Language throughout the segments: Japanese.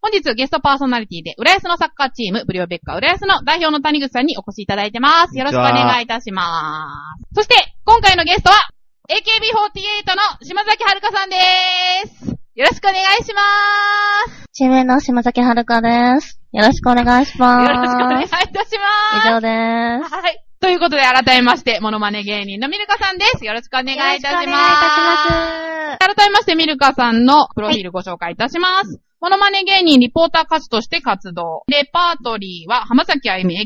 本日ゲストパーソナリティで、浦安のサッカーチーム、ブリオベッカ浦安の代表の谷口さんにお越しいただいてます。よろしくお願いいたします。そして、今回のゲストは、AKB48 の島崎遥さんでーす。よろしくお願いしまーす。指名の島崎遥香です。よろしくお願いします。よろしくお願いいたしま以す。上です。はい。ということで、改めまして、モノマネ芸人のミルカさんです。よろしくお願いいたします。よろくお願いいたします。改めまして、ミルカさんのプロフィールご紹介いたします。モノマネ芸人、リポーター歌手として活動。レパートリーは、浜崎あゆみ、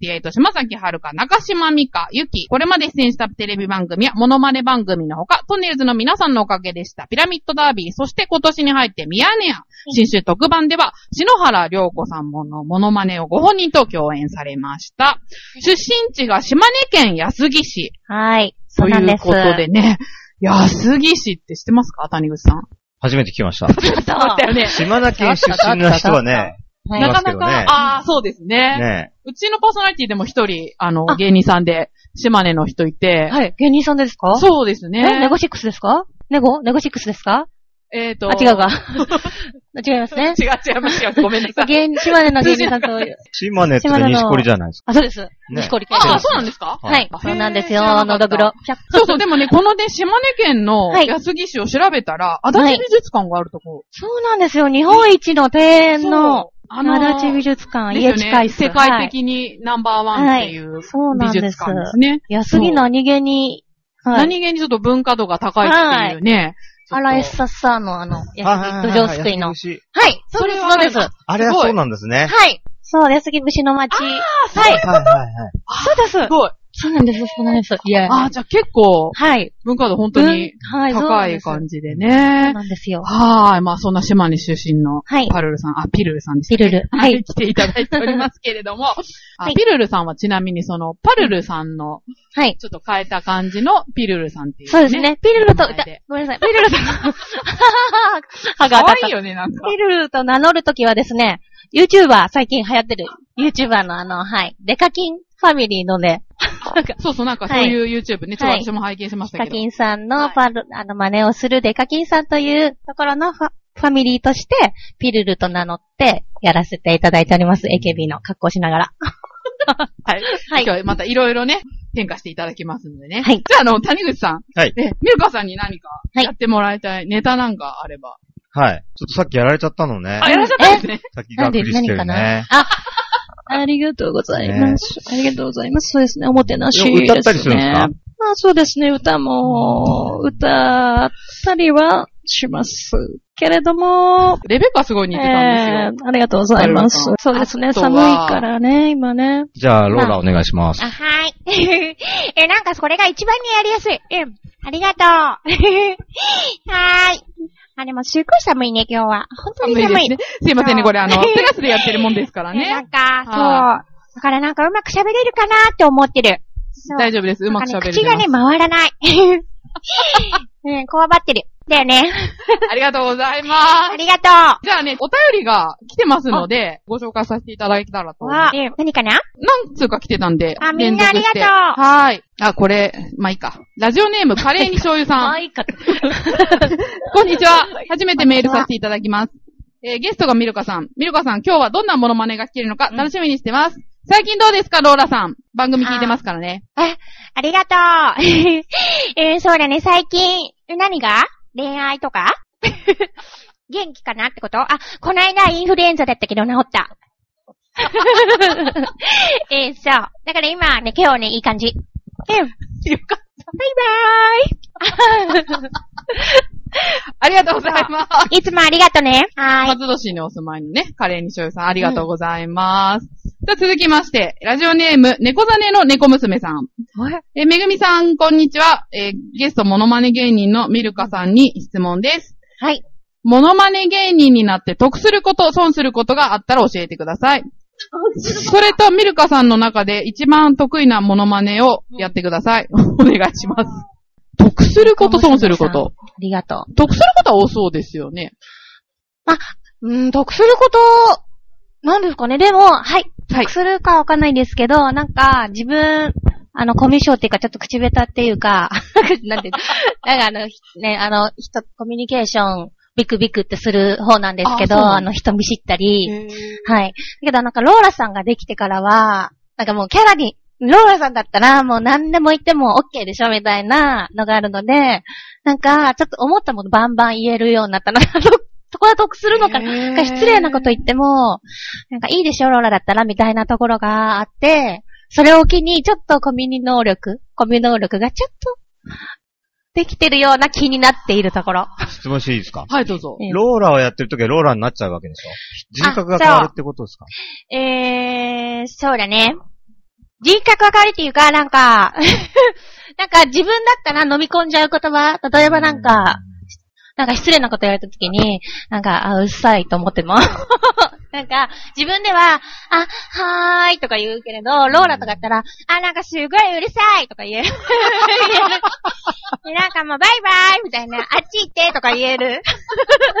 AKB48、島崎遥香、中島美香、ゆき。これまで出演したテレビ番組や、モノマネ番組のほか、トンネルズの皆さんのおかげでした。ピラミッドダービー、そして今年に入ってミヤネ屋。新春特番では、篠原涼子さんものモノマネをご本人と共演されました。出身地が島根県安木市。はい。そとういなんでうす。ことでね。安木市って知ってますか谷口さん。初めて聞きました。そうあったよね。島根県出身の人はね、はいいなまかすなけどか、ねああ、そうですねねうちのパーソナリティでも一人、あの、あ芸人さんで、島根の人いて、はい。芸人さんですかう。そうですえ、ネねゴ。シックスですかネゴネゴシックスですかえっ、と、。あ、違うか。 違いますね違う違う、むしろごめんな さい。芸人、島根の芸 人さんと、島根って西堀じゃないですか。あ、そうです。ね西堀健ああ、そうなんですかはい。はいそうなんでへすー知らなよ、かのったどぐろ。ピャッそうそう、でもね、このね、島根県のはい安木市を調べたら、足立美術館があるとこ。そうなんですよ、日本一の庭園の、そう、あのー足立美術館、ですよ家ね近いっす世界的にナンバーワンっていうそうな美んで術す。館ですね。安木何気に、はい。何気にちょっと文化度が高いっていうね。ちょっとアラエッサッサーのあの、安木土壌すくいの。は安木節い、そうでそれす、そはうです。はあれはそうなんですね。い。そう、安木節の町。ははいい。はいはい。そうです。すごい。そうなんです、そうなんです。いやああ、じゃあ結構、はい。文化度本当にうんはい、高い感じ。じでそうね。なんですよ。はーい。まあ、そんな島根出身の、はいパルルさん、あ、ピルルさんですピね。ルル。は。はいい。来ていただいておりますけれ ども、あはいピルルさんはちなみにその、パルルさんの、はい。ちょっと変えた感じのピルルさんっていう、そうですね。。ピルルと、名前でいやごめんなさい。ピルルと、 可歯が当たっ愛たい。よね、なんか。ピルルと名乗るときはですね、YouTuber、最近流行ってる YouTuber のあの、はい、デカキンファミリーのね、なんかそうそう、なんかそういう YouTube ね、ちょっはとい私も拝見しましデたカけど。キンさんのはいパル、あの、真似をするデカキンさんというところのファファミリーとして、ピルルと名乗ってやらせていただいております。AKB の格好しな がら。はい。はい今。日またいろいろね、変化していただきますのでね。はいじゃあ、あの、谷口さん。はいえ、ミルカさんに何かはいやってもらいたいネタなんかあれば。はい。ちょっとさっきやられちゃったのねあ、。やらせゃったんですね。さっきがっくりしてるね。ありがとうございます。ありがとうございます。そうですね。おもてなよく歌ったりするんですかまあそうですね、歌も、歌ったりはします。けれども、レベッカすごい似てたんですよ。えーありがとうございますあ。そうですね、あとは寒いからね、今ね。じゃあ、ローラお願いします。あ、はい。 え、なんかそれが一番にやりやすい。うん。ありがとう。 はーい。あ、でもすっごい寒いね、今日は。本当に寒い。ですね。すいませんね、これあの、テラスでやってるもんですからねなねん。か、そう。はだからなんかうまく喋れるかなって思ってる。そう大丈夫です。うまくなん喋かれね口てまがね、回す。ら ない。うん、こわばってる。だよね。ありがとうございまあす。りがとじゃあね、お便りが来てますので、ご紹介させていただけたらとう。思います。ね何かな何通か来てたんで、あみ連んな続ありしがとて。うはーい。あ、これ、まあいいか。ラジオネーム、カレーに醤油さん。いいか。こんにちは。初めてメールさせていただきます。えーゲストがミルカさん。ミルカさん、今日はどんなモノマネが聞けるのか楽しみにしてます。最近どうですか、ローラさん。番組聞いてますからね。ありがとう。 えーそうだね、最近、何が恋愛とか 元気かなってことあ、こないだインフルエンザだったけど治った。 えーそう。だから今はね、今日ね、いい感じ。うん。よかっバイバーたありがとうございます。イ。いつもありがとね。はーい。松戸市にお住まいのね、カレーに醤油さん、ありがとうございます。さあ、続きまして、ラジオネーム、猫ザネの猫娘さん。えー、めぐみさん、こんにちは。えーゲストモノマネ芸人のミルカさんに質問です。はい。モノマネ芸人になって得すること、損することがあったら教えてください。それと、ミルカさんの中で一番得意なモノマネをやってください。 お願いします。得すること、損すること。ありがと得することは多そうですよね。うーん、得すること、なんですかね。でも、はい。はい得。う。するかわかんないですけど、なんか、自分、あの、コミュ障っていうか、ちょっと口下手っていうか、 なんて、なんかあの、ひね、あの、人、コミュニケーション、ビクビクってする方なんですけど、あそうあなんだの、人見知ったり、へーはい。だけどなんかローラさんができてからは、なんかもうキャラに、ローラさんだったらもう何でも言っても OK でしょみたいなのがあるので、なんかちょっと思ったものバンバン言えるようになったの。 あのそこは得するのかななんか失礼なこと言っても、なんかいいでしょローラだったらみたいなところがあって、それを機にちょっとコミュニ能力、コミュ能力がちょっと、できてるような気になっているところ。質問していいですかはい、どうぞ。ええローラをやってるときはローラになっちゃうわけでしょ人格が変わるってことですかえー、そうだね。人格わかるっていうか、なんか、 なんか自分だったら飲み込んじゃう言葉、例えばなんか、なんか失礼なこと言われた時に、なんか、あ、うっさいと思っても。なんか自分では、あ、はーいとか言うけれど、ローラとかだったら、あ、なんかすごいうるさいとか言える。なんかもうバイバイみたいな、あっち行ってとか言える。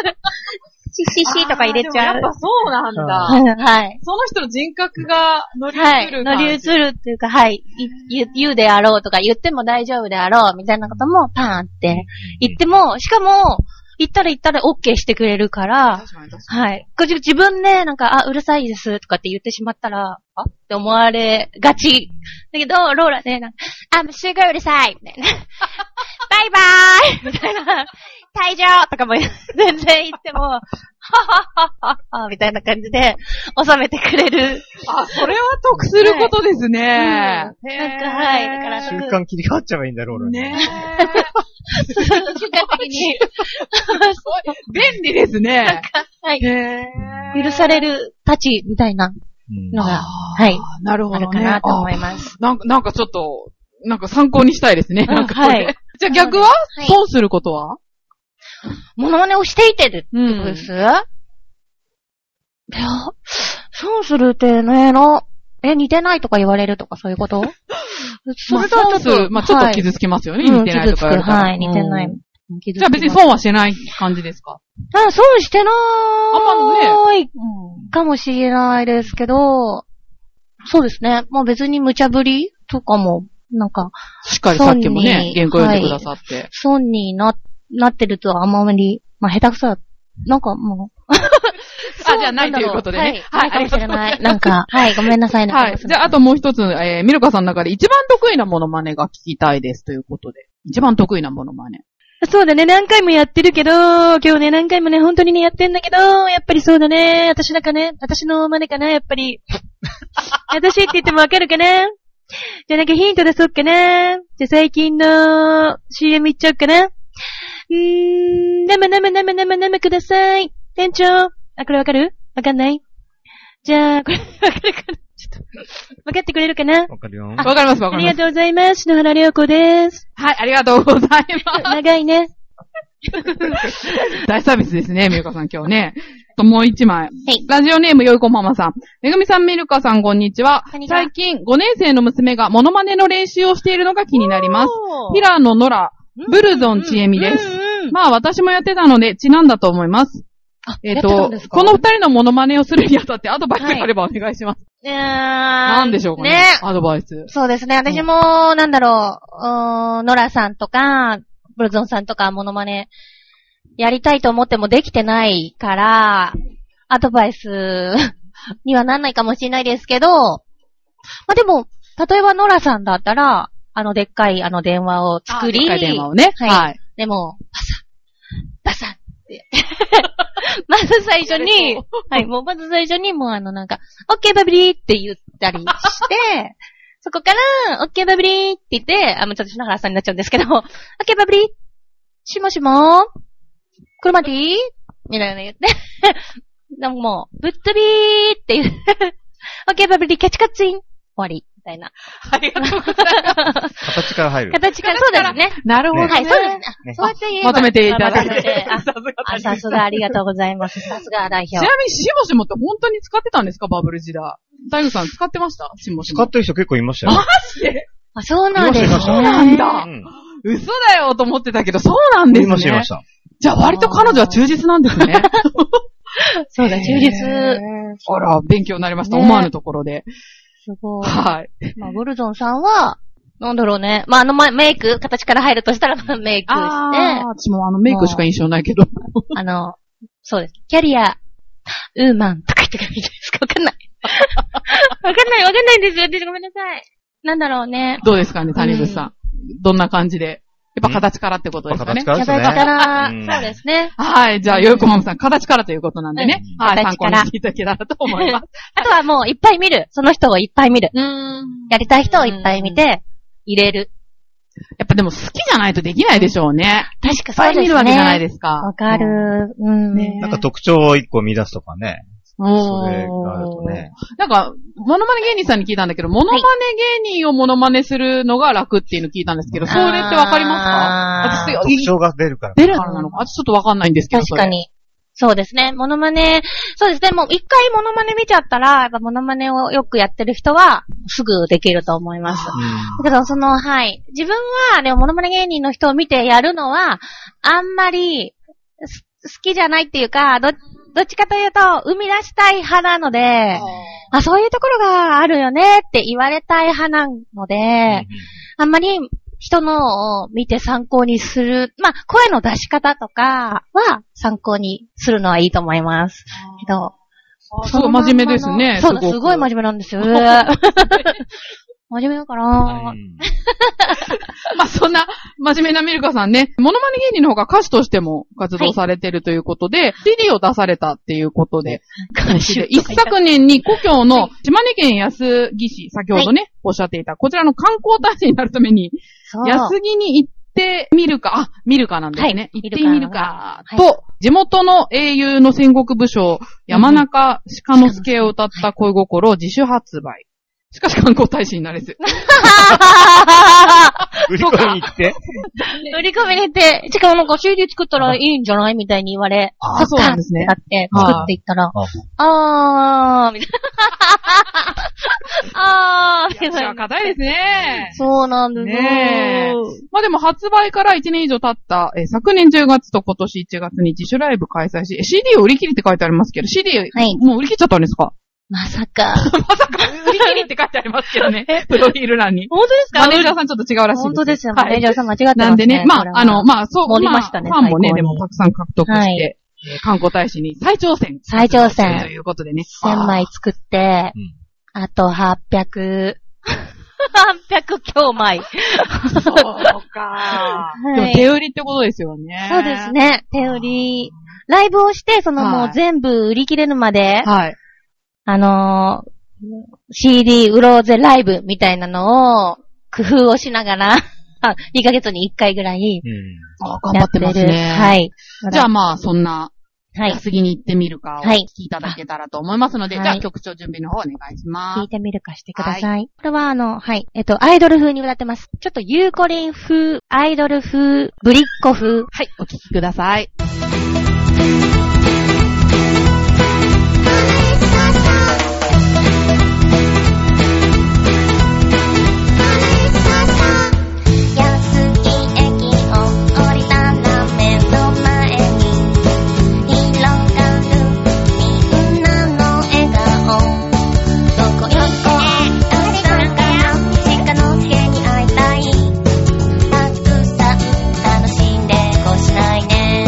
シッシッシッとか入れちゃあーでもやうっ。ぱそうなんはだ。はい。その人の人格が乗りは移い。る乗感じ。り移るっていうか、はい。い言う言うであろうとか、言っても大丈夫であろう、みたいなこともパーンって言っても、しかも、言ったら言ったら OK してくれるから、確かに確かにはい。こっち自分で、なんか、あ、うるさいです、とかって言ってしまったら、あって思われがち。だけど、ローラね、なんか、あ、もうすごいうるさいみたいな。 バイバーイみたいな。退場とかも言う全然言っても、はははははみたいな感じで収めてくれる。あ、それは得することですね。はいうんなんかはいだから瞬間切り替わっちゃえばいいんだ、ローラに。 ね瞬間的にえ。便利ですね。はい。へー許されるたち、みたいなうんのあが、ーはい。なるほあどね。るかなと思います。あなんか、なんかちょっと、なんか参考にしたいですね。うんなんかこれはい。じゃあ逆は、い損することはモノマネをしていてるうどうでん。す、いや、損するってね、の、え、似てないとか言われるとかそういうことそまあ、れとはちょ損っすと、る。まあ、ちょっとつ傷つきますよね。はい似てないとか言われたらうん傷つくはい似てないうんきじゃあ別に損はしてない感じですかあ、損してなあーい、かもしれないですけど、そうですね。まあ別に無茶ぶりとかも、なんか、しっかりさっきもね、損原に稿読んでくださって。損にな、なってるとはあんまり、まあ下手くそだ、なんかもう。あ、じゃあないということでね。はい、ないかもしれない。なんか、はい、ごめんなさいね。はい。じゃあ、あともう一つ、えー、ミルカさんの中で一番得意なモノマネが聞きたいですということで。一番得意なモノマネ。そうだね、何回もやってるけど、今日ね、何回もね、本当にね、やってんだけど、やっぱりそうだね、私なんかね、私の真似かな、やっぱり。私って言ってもわかるかなじゃあなんかヒント出そうかなじゃあ最近の CM いっちゃおうかなうーん、生生生生生ください。店長。あ、これわかるわかんないじゃあ、これわかるかなちょっと、わかってくれるかなわかるよ。わかりますわあかりりまがす。とうございます。篠原涼子です。はい、ありがとうござい ま長いね。す。大サービスですね、ミルカさん今日ね。ともう一枚。ラジオネーム、よいこママさん。めぐみさん、ミルカさん、こんにちは。こんにちは最近、5年生の娘がモノマネの練習をしているのが気になります。ピピラノ、ノラ、ブルゾン、ちえみです。まあ私もやってたので、ちなんだと思います。えっ、やってたとんです、かこの二人のモノマネをするにあたってアドバイスがあればお願いします。ななんでしょうかねね。アドバイス。そうですね。私も、なんだろう、うーん、ノラさんとか、ブルゾンさんとか、モノマネ、やりたいと思ってもできてないから、アドバイスにはなんないかもしれないですけど、まあでも、例えばノラさんだったら、あのでっかいあの電話を作り、一回電話をね。はいはい。でも、バサッ、バサッって。まず最初に、 はい、もうまず最初にもうあのなんか、オッケーバブリーって言ったり して、そこから、オッケーバブリーって言って、あ、もうちょっと篠原さんになっちゃうんですけど、オッケーバブリー、しもしも、車でいいみたいなの言って、 でももう、ぶっ飛びーって言う。 オッケーバブリー、キャッチカッチン終わり。みたいな。ありがとうございます。形から入る。形から、そうですね。なるほど、ね。はい、そうですね。ねそうやって言えばまとめていただいまとめて て。あさすがあ、 さすがありがとうございます。さすが代ち表な。みに、しもしもって本当に使ってたんですかバブル時代。大悟さん使ってましたしもし使も。ってる人結構いましたよ。あ、そうなんですいね。ましたそうなんだ。うん嘘だよと思ってたけど、そうなんですいました、いねまし。た。じゃあ割と彼女は忠実なんですね。そうだ、充実。あら、勉強になりました。ね思わぬところで。すごい。はい。まあ、ゴルゾンさんは、なんだろうね。まあ、あの、ま メイク、形から入るとしたら、まあメイクして、ああ、あ私もあのメイクしか印象ないけど。 の、そうです。キャリア、ウーマンとか言ってくれるじゃないですか。わかんない。わかんない、わかんないんですよ。私ごめんなさい。なんだろうね。どうですかね、谷口さん。どんな感じで。やっぱ形からってことですかね形。からです形かね。ら、うんそうですね。はい。じゃあ、よいこまむさん、形からということなんでね。うんはい。参形考かにらしていただけたらと思 います。あとはもう、いっぱい見る。その人をいっぱい見る。やりたい人をいっぱい見て、入れる。やっぱでも好きじゃないとできないでしょうね。確かいっぱそうい見るですわけじゃないね。ですか。わかる。うん。ねなんか特徴を一個見出すとかね。うん。それがあるとね。なんか、モノマネ芸人さんに聞いたんだけど、モノマネ芸人をモノマネするのが楽っていうの聞いたんですけど、それってわかりますかあー私、特徴が出るから。出るからなのか私ちょっとわかんないんですけど。確かに。そうですね。モノマネ、そうですね。もう一回モノマネ見ちゃったら、やっぱモノマネをよくやってる人は、すぐできると思います。うんだけど、その、はい。自分は、でもモノマネ芸人の人を見てやるのは、あんまり、す好きじゃないっていうか、ど、どっちかというと、生み出したい派なので、あ、そういうところがあるよねって言われたい派なので、あんまり人のを見て参考にする。まあ、声の出し方とかは参考にするのはいいと思います。けど、あーすごい真面目ですね。そうだ、すごい面真面目なんで すよ。真面目だから。うん目。まあ、そんな、真面目なミルカさんね、モノマネ芸人の方が歌手としても活動されてるということで、CD を出されたっていうことで、一昨年に故郷の島根県安木市、先ほどね、おっしゃっていた、こちらの観光大使になるために、そう安木に行ってみるか、あ、見るかなんですね。はい行ってみるか見るか、はと、地元の英雄の戦国武将、山中鹿之助を歌った恋心を自主発売。しかし観光大使になれず。売り込みに行って。売り込みに行って、しかもなんか CD 作ったらいいんじゃないみたいに言われ、あそうなんですねだってはい作っていったら、ああー、みたいな。あー、みたい私はな。硬いですね。そうなんですねえよ。 まあでも発売から1年以上経った、えー昨年10月と今年1月に自主ライブ開催し、え CD を売り切りって書いてありますけど、CD、はいもう売り切っちゃったんですかまさか。まさか売り切りって書いてありますけど ね。プロフィール欄に。本当ですマネージャーさんちょっと違うらしいです。本当ですよ。はマいネージャーさん間違ってますね。なんでね、まこれあ、はあの、まあ、そう、盛りましたねまあファンもね、で最高にもたくさん獲得して、はいえー観光大使に再挑戦。再挑戦ということでね。 1000枚作ってうん、あと800。800強枚。 そうか。ではもい手売りってことですよね。そうです。ね。手売り。ライブをして、そのはいもう全部売り切れるまで、はい。あのー、CD 売ろうぜライブみたいなのを工夫をしながら、 あ2ヶ月に1回ぐらいうんあ頑張やっっててる。ますね。。はいい。じゃあまあ、そんな、はい。次に行ってみるかをお聞はいきいただけたらと思いますので、はいじゃあ曲調準備の方お願いし聞まいす。てみるかしてください。これはあの、はい。えっと、アイドル風に歌ってます。ちょっとユーコリン風、アイドル風、ブリッコは風。い、お聞きください。安い駅を降りたら目の前に広がるみんなの笑顔どこ行こうどうしたんかな鹿の助に会いたいたくさん楽しんでこしないね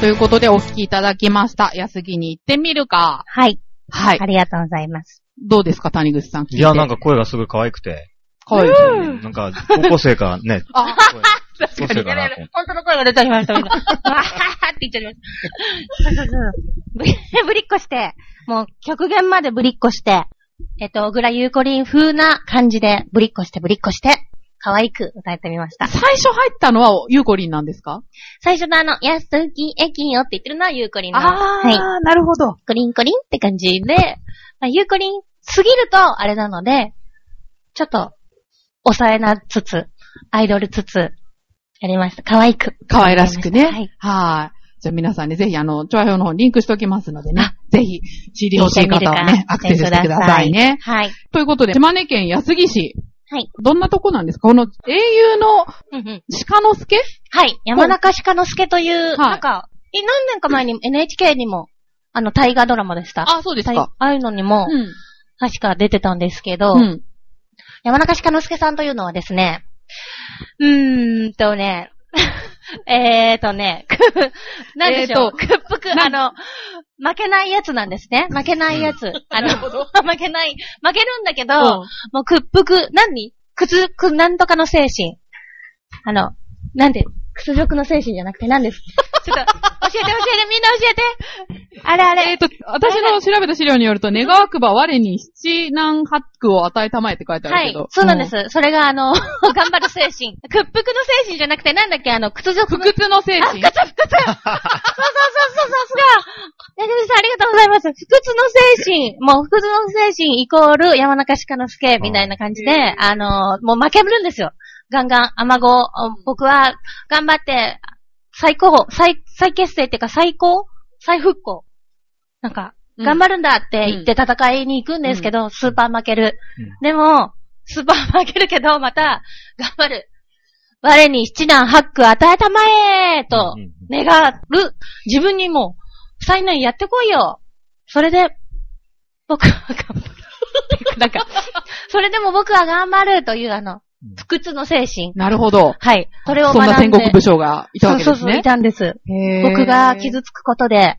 ということでお聞きいただきました。安木に行ってみるか。はい。はいあ。りがとうございます。どうですか、谷口さん。聞ていや、なんか、声がすごい可愛くて。かわいいですよね。なんか、高校生かね。あ、高校生かなと思って。本当の声が出ちゃいました、 みんな。わーって言っちゃいました。そうそうそう。ぶり、ぶりっこして、もう極限までぶりっこして、えっと、小倉ゆうこりん風な感じで、ぶりっこしてぶりっこして、可愛く歌ってみました。最初入ったのはゆうこりんなんですか最初のあの、やすきえきよって言ってるのはゆうこりんの。はい。ー、なるほど。コリンコリンって感じで、まあ、ゆうこりんすぎるとあれなので、ちょっと、抑えなつつ、アイドルつつ、やりました。可愛く。可愛らしくね。ははいい。じゃあ皆さんね、ぜひあの、調和表の方にリンクしておきますのでね、ぜひ CD 欲しい方はね、アクセスしてくださいね。はい。ということで、島根県安木市。はい。どんなとこなんですかこの英雄の鹿之助はい。山中鹿之助という、いなんか、え何年か前に NHK にも、あの、大河ドラマでした。あ、そうです大あか。あいうのにも、うん。確か出てたんですけど、うん。山中鹿之助さんというのはですね、うーんとね、 えーとね、 くなんでしょう、屈服、あの、負けないやつなんですね。負けないやつ。あの、 負けない、負けるんだけど、もう屈服、何屈服、なんとかの精神。あの、なんで、屈辱の精神じゃなくて何です ちょっと、教えて教えて、みんな教えて。あれあれ。えっと、私の調べた資料によると、願わくば我に七難八苦を与えたまえって書いてあはるけいど。。そうなんです。それが、あの、 頑張る精神。屈服の精神じゃなくて、なんだっけ、あの、屈辱不の屈の精神。そうそうそうそう、さすが矢口さんありがとうございます。不屈の精神、もう不屈の精神イコール山中鹿之助みたいな感じで、あのー、もう負けるんですよ。ガンガン、甘子、僕は頑張って、最高、再、再結成っていうか最高再復興。なんか、うん頑張るんだって言って戦いに行くんですけど、スーパー負ける。でも、スーパー負けるけど、また、頑張る。我に七難八苦与えたまえと、うんうん願う。自分にもう、災難やってこいよ。それで、僕は頑張る。なんか、それでも僕は頑張るというあのうん、不屈の精神。なるほど。はい。それをそんな学ん戦で。国武将がいたわけそでうそうすそう、いね。たんです。へー僕が傷つくことで、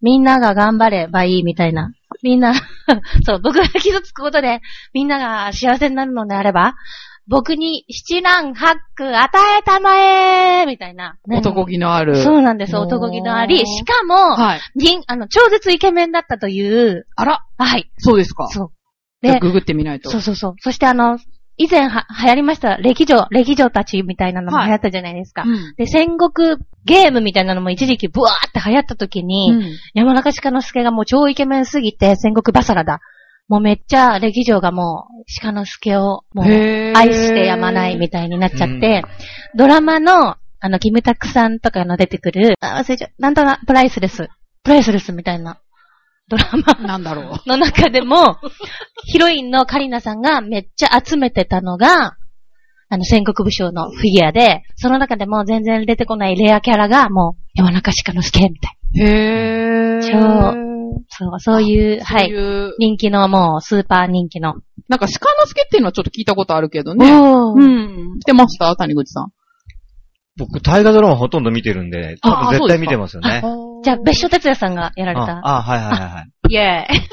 みんなが頑張ればいいみたいな。みんな、 そう、僕が傷つくことで、みんなが幸せになるのであれば、僕に七難八苦与えたまえみたいな。男気のある。そうなんです。おー男気のあり。しかも、はい。銀、あの、超絶イケメンだったという、あら、はい。そうですか。そう。じゃあで、ググってみないと。そうそうそう。そしてあの、以前は流行りました、歴女、歴女たちみたいなのもはい流行ったじゃないですか。うんで、戦国ゲームみたいなのも一時期ブワーって流行った時に、うん山中鹿之助がもう超イケメンすぎて戦国バサラだ。もうめっちゃ歴女がもう鹿之助をもうへー愛してやまないみたいになっちゃって、ドラマのあの、キムタクさんとかの出てくる、あ、忘れちゃう、なんとかプライスレス、プライスレスみたいなドラマなんだろう。の中 でも、ヒロインのカリナさんがめっちゃ集めてたのが、あの、戦国武将のフィギュアで、その中でも全然出てこないレアキャラが、もう、山中鹿之助みたいへぇー。超な。そう、そういう、は。はいい。人気のもう、スーパー人気の。なんか鹿之助っていうのはちょっと聞いたことあるけどね。おうーん。来てました谷口さん。僕、大河ドラマほとんど見てるんで、多あ分そうです絶対か見てますよね。じゃあ、別所哲也さんがやられた。あ、あはいはいはいはい。イェーイ。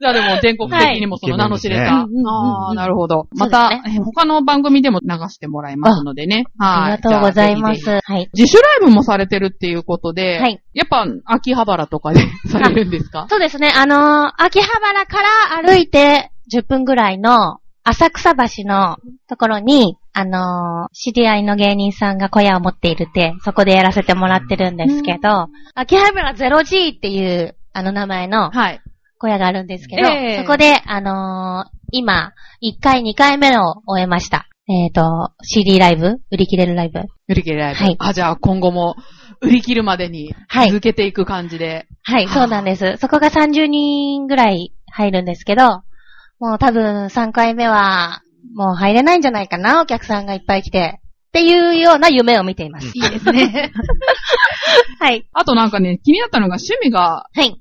じゃあでも全国的にもその名の知れはた。ああ、なるほど。また、そうでえ他の番組でも流してもらいますのでね。はい。ありがとうございまじす。ゃあぜはひい。ぜひ自主ライブもされてるっていうことで、はいやっぱ秋葉原とかで されるんですかそうですね、あのー秋葉原から歩いて10分ぐらいの浅草橋のところに、あのー知り合いの芸人さんが小屋を持っているって、そこでやらせてもらってるんですけど、秋葉原 0G っていう、あの名前のはい。小屋があるんですけど、ええそこで、あのー今、1回2回目を終えました。えっ、と、CD ライブ売り切れるライブ売り切れライブ。はいあ、じゃあ今後も売り切るまでにはい続けていく感じで。はい、そうなんです。そこが30人ぐらい入るんですけど、もう多分3回目は、もう入れないんじゃないかな、お客さんがいっぱい来て。っていうような夢を見ています。いいですね。はい。あとなんかね、気になったのが趣味が、はい。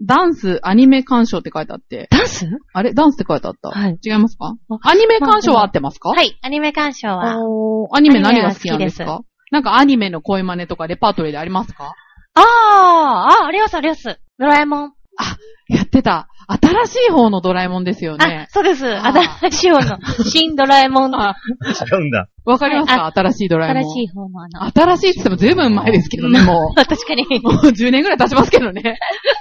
ダンス、アニメ鑑賞って書いてあって。ダンスあれダンスって書いてあった、はい違いますかアニメ鑑賞は合ってますか、はい、アニメ鑑賞は。おーアニメ何が好きなんですアニメかなんかアニメの声真似とかレパートリーでありますかああ、あ、ありますあります。ドラえもん。やってた。新しい方のドラえもんですよあね、。そうです。あーあだしお の、新ドラえもん。あ、違うんだ。わかりますか、新しいドラえもん。新しい方のあの。 新しいって言っても随分前ですけどね、も確かに。う。もう10年ぐらい経ちますけどね。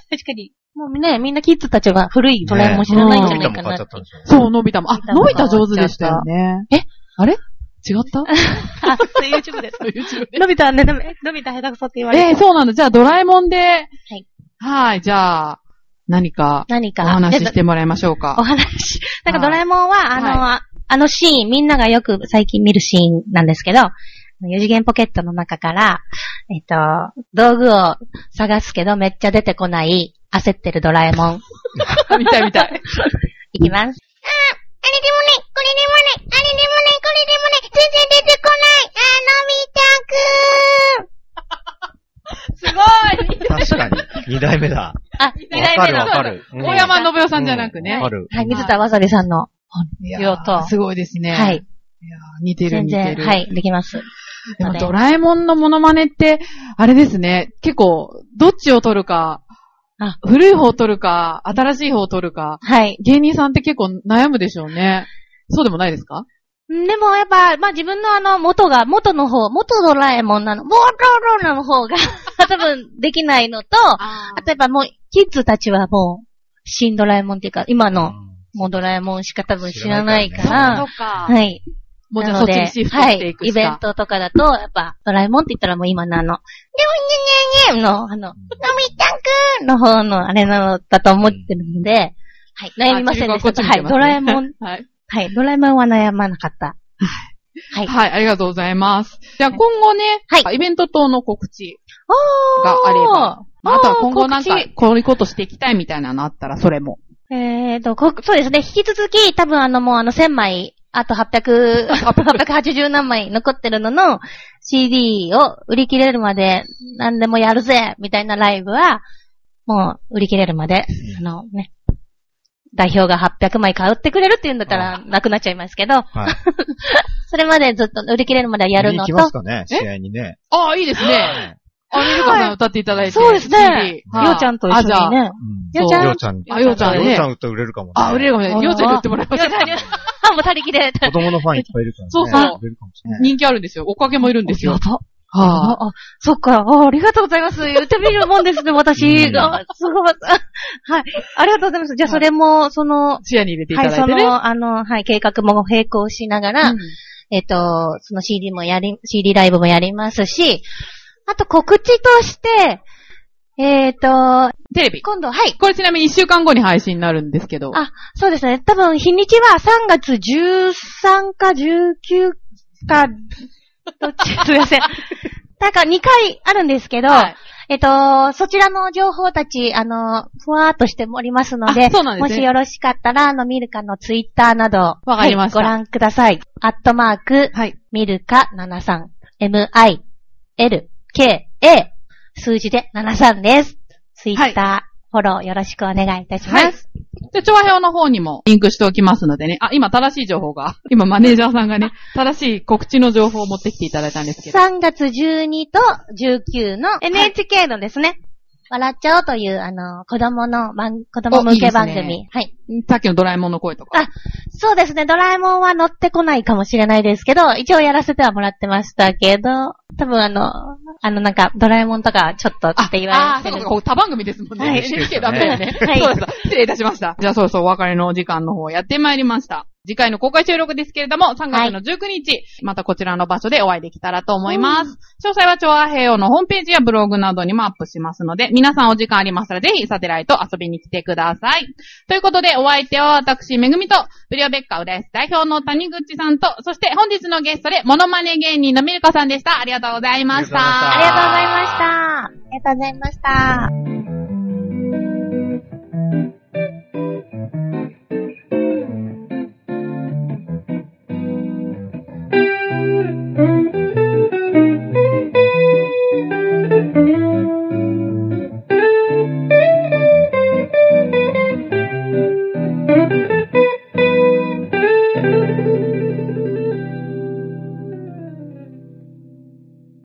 確かに。もうね、みんなキッズたちは古いドラえもん知らないんじゃないかも買っちなゃっ。たんでしょ そう、のび太も。あ、ののびび太太上も手でしたよね。えあれ違った あ、YouTube です。 YouTube でのび太はね、のびのび太下手くそって言われえー、て。。そうなんだ。じゃあ、ドラえもんで。はいはい、じゃあ、何か、何おか。話ししでてもらいましょうかお。話。なんかドラえもんは、あの、あのシーン、みんながよく最近見るシーンなんですけど、四次元ポケットの中から、えっと、道具を探すけどめっちゃ出てこない、焦ってるドラえもん。 見たい見たい。いきます。あれでもね、これでもね、あれでもね、これでもね、全然出てこない。あのみーちゃんく確ーん。かに。二代目だ。あ、二代わかる目の。わかる。うん大山信夫さんじゃなくわねか。る。はい、水田わさびさんの。いや言おうとーすごいですね。はい。。いやー似てる全似て然、る。はい、できます。でもねドラえもんのモノマネって、あれですね、結構、どっちを取るかあ、古い方を取るか、新しい方を取るか、はい。芸人さんって結構悩むでしょうね。そうでもないですかんでもやっぱ、まあ自分のあの、元が、元の方、元ドラえもんなの、元ドラの方が、 多分できないのと、ああとやっぱもう、キッズたちはもう、新ドラえもんっていうか、今うの、んもうドラえもんしか多分知知ららなないいか、からか。はい。もうじゃあなそのっちでにシフトしていくはい。イしベンか。トとかだと、やっぱ、ドラえもんって言ったらもう今のあの、でもにゃにゃにゃの、あの、のみちゃんくんの方のあれなのだと思ってるので、はい。あ悩みませんでこっちした。には来い。てますドねラえもん、。はい。はい。ドラえもんは悩まなかった。はいはい、ありがとうございます。じゃあ今後ね、はイベント等の告知おーがあれば、おあーとは今後なんか告知、こういうことしていきたいみたいなのあったら、それも。えーと、こそうですね。引き続き、多分あのもうあの1000枚、あと800、880何枚残ってるのの CD を売り切れるまで何でもやるぜみたいなライブは、もう売り切れるまで、あのね、代表が800枚買ってくれるって言うんだったらなくなっちゃいますけど、はい。それまでずっと売り切れるまではやる見にの行きと、ますかね、試合にね。ああ、いいですね。あ、ゆるかさん歌っていただいて。そうですね CD はいようちゃんと一緒にあじゃあね。うんようちゃんようちゃん。あようちゃんねようちゃん歌売れるかもね。あ、売れるかもしれない。ありょうちゃんに言ってもらいましょう。 あ、もう足りきれ。子供のファンいっぱいいるからね。そうそう売れるかもしれない。人気あるんですよ。おかげもいるんですよ。はあ。あ、あそっか。あありがとうございます。言ってみるもんですね、私。うんあすごい。はい。ありがとうございます。じゃあ、それも、その、視野に入れていたはい、だいそてね。の、あの、はい、計画も並行しながら、うんえっと、その CD もやり、CD ライブもやりますし、あと告知として、えっ、と、テレビ。今度、はい、これちなみに1週間後に配信になるんですけど。あそうですね。多分、日にちは3月13か19か、どっち、すいません。なんか2回あるんですけど、はいえっと、そちらの情報たち、あの、ふわーっとしておりますのあで、そうなんでもすねしよろしかったら、あの、ミルカのツイッターなど、わかりましたはいご覧ください。アットマーク、はい。ミルカ73、M-I-L-K-A、数字で73です。ツイッター、フォローよろしくお願いいたします。はい。で、調和表の方にもリンクしておきますのでね。あ、今正しい情報が。今マネージャーさんがね、正しい告知の情報を持ってきていただいたんですけど。 3月12と19の NHK のですね、笑っちゃおうという、あの、子供の番、子供向け番お組。いいですねはい。さっきのドラえもんの声とか。あそうですね、ドラえもんは乗ってこないかもしれないですけど、一応やらせてはもらってましたけど、多分あの、あのなんか、ドラえもんとかちょっとって言あわあ、れそてうるか、。ここ他番組ですもんね。はい NHK ダメだよね。はいそうです。失礼いたしました。じゃあそろそろお別れのお時間の方やってまいりました。次回の公開収録ですけれども、3月の19日、またこちらの場所でお会いできたらと思います。詳細は調和平和のホームページやブログなどにもアップしますので、皆さんお時間ありましたらぜひサテライト遊びに来てください。ということで、お相手は私、めぐみと、ブリオベッカ浦安代表の谷口さんと、そして本日のゲストで、モノマネ芸人のミルコさんでした。ありがとうございましありがとうございましたた。ありがとうございました。ありがとうございました。 「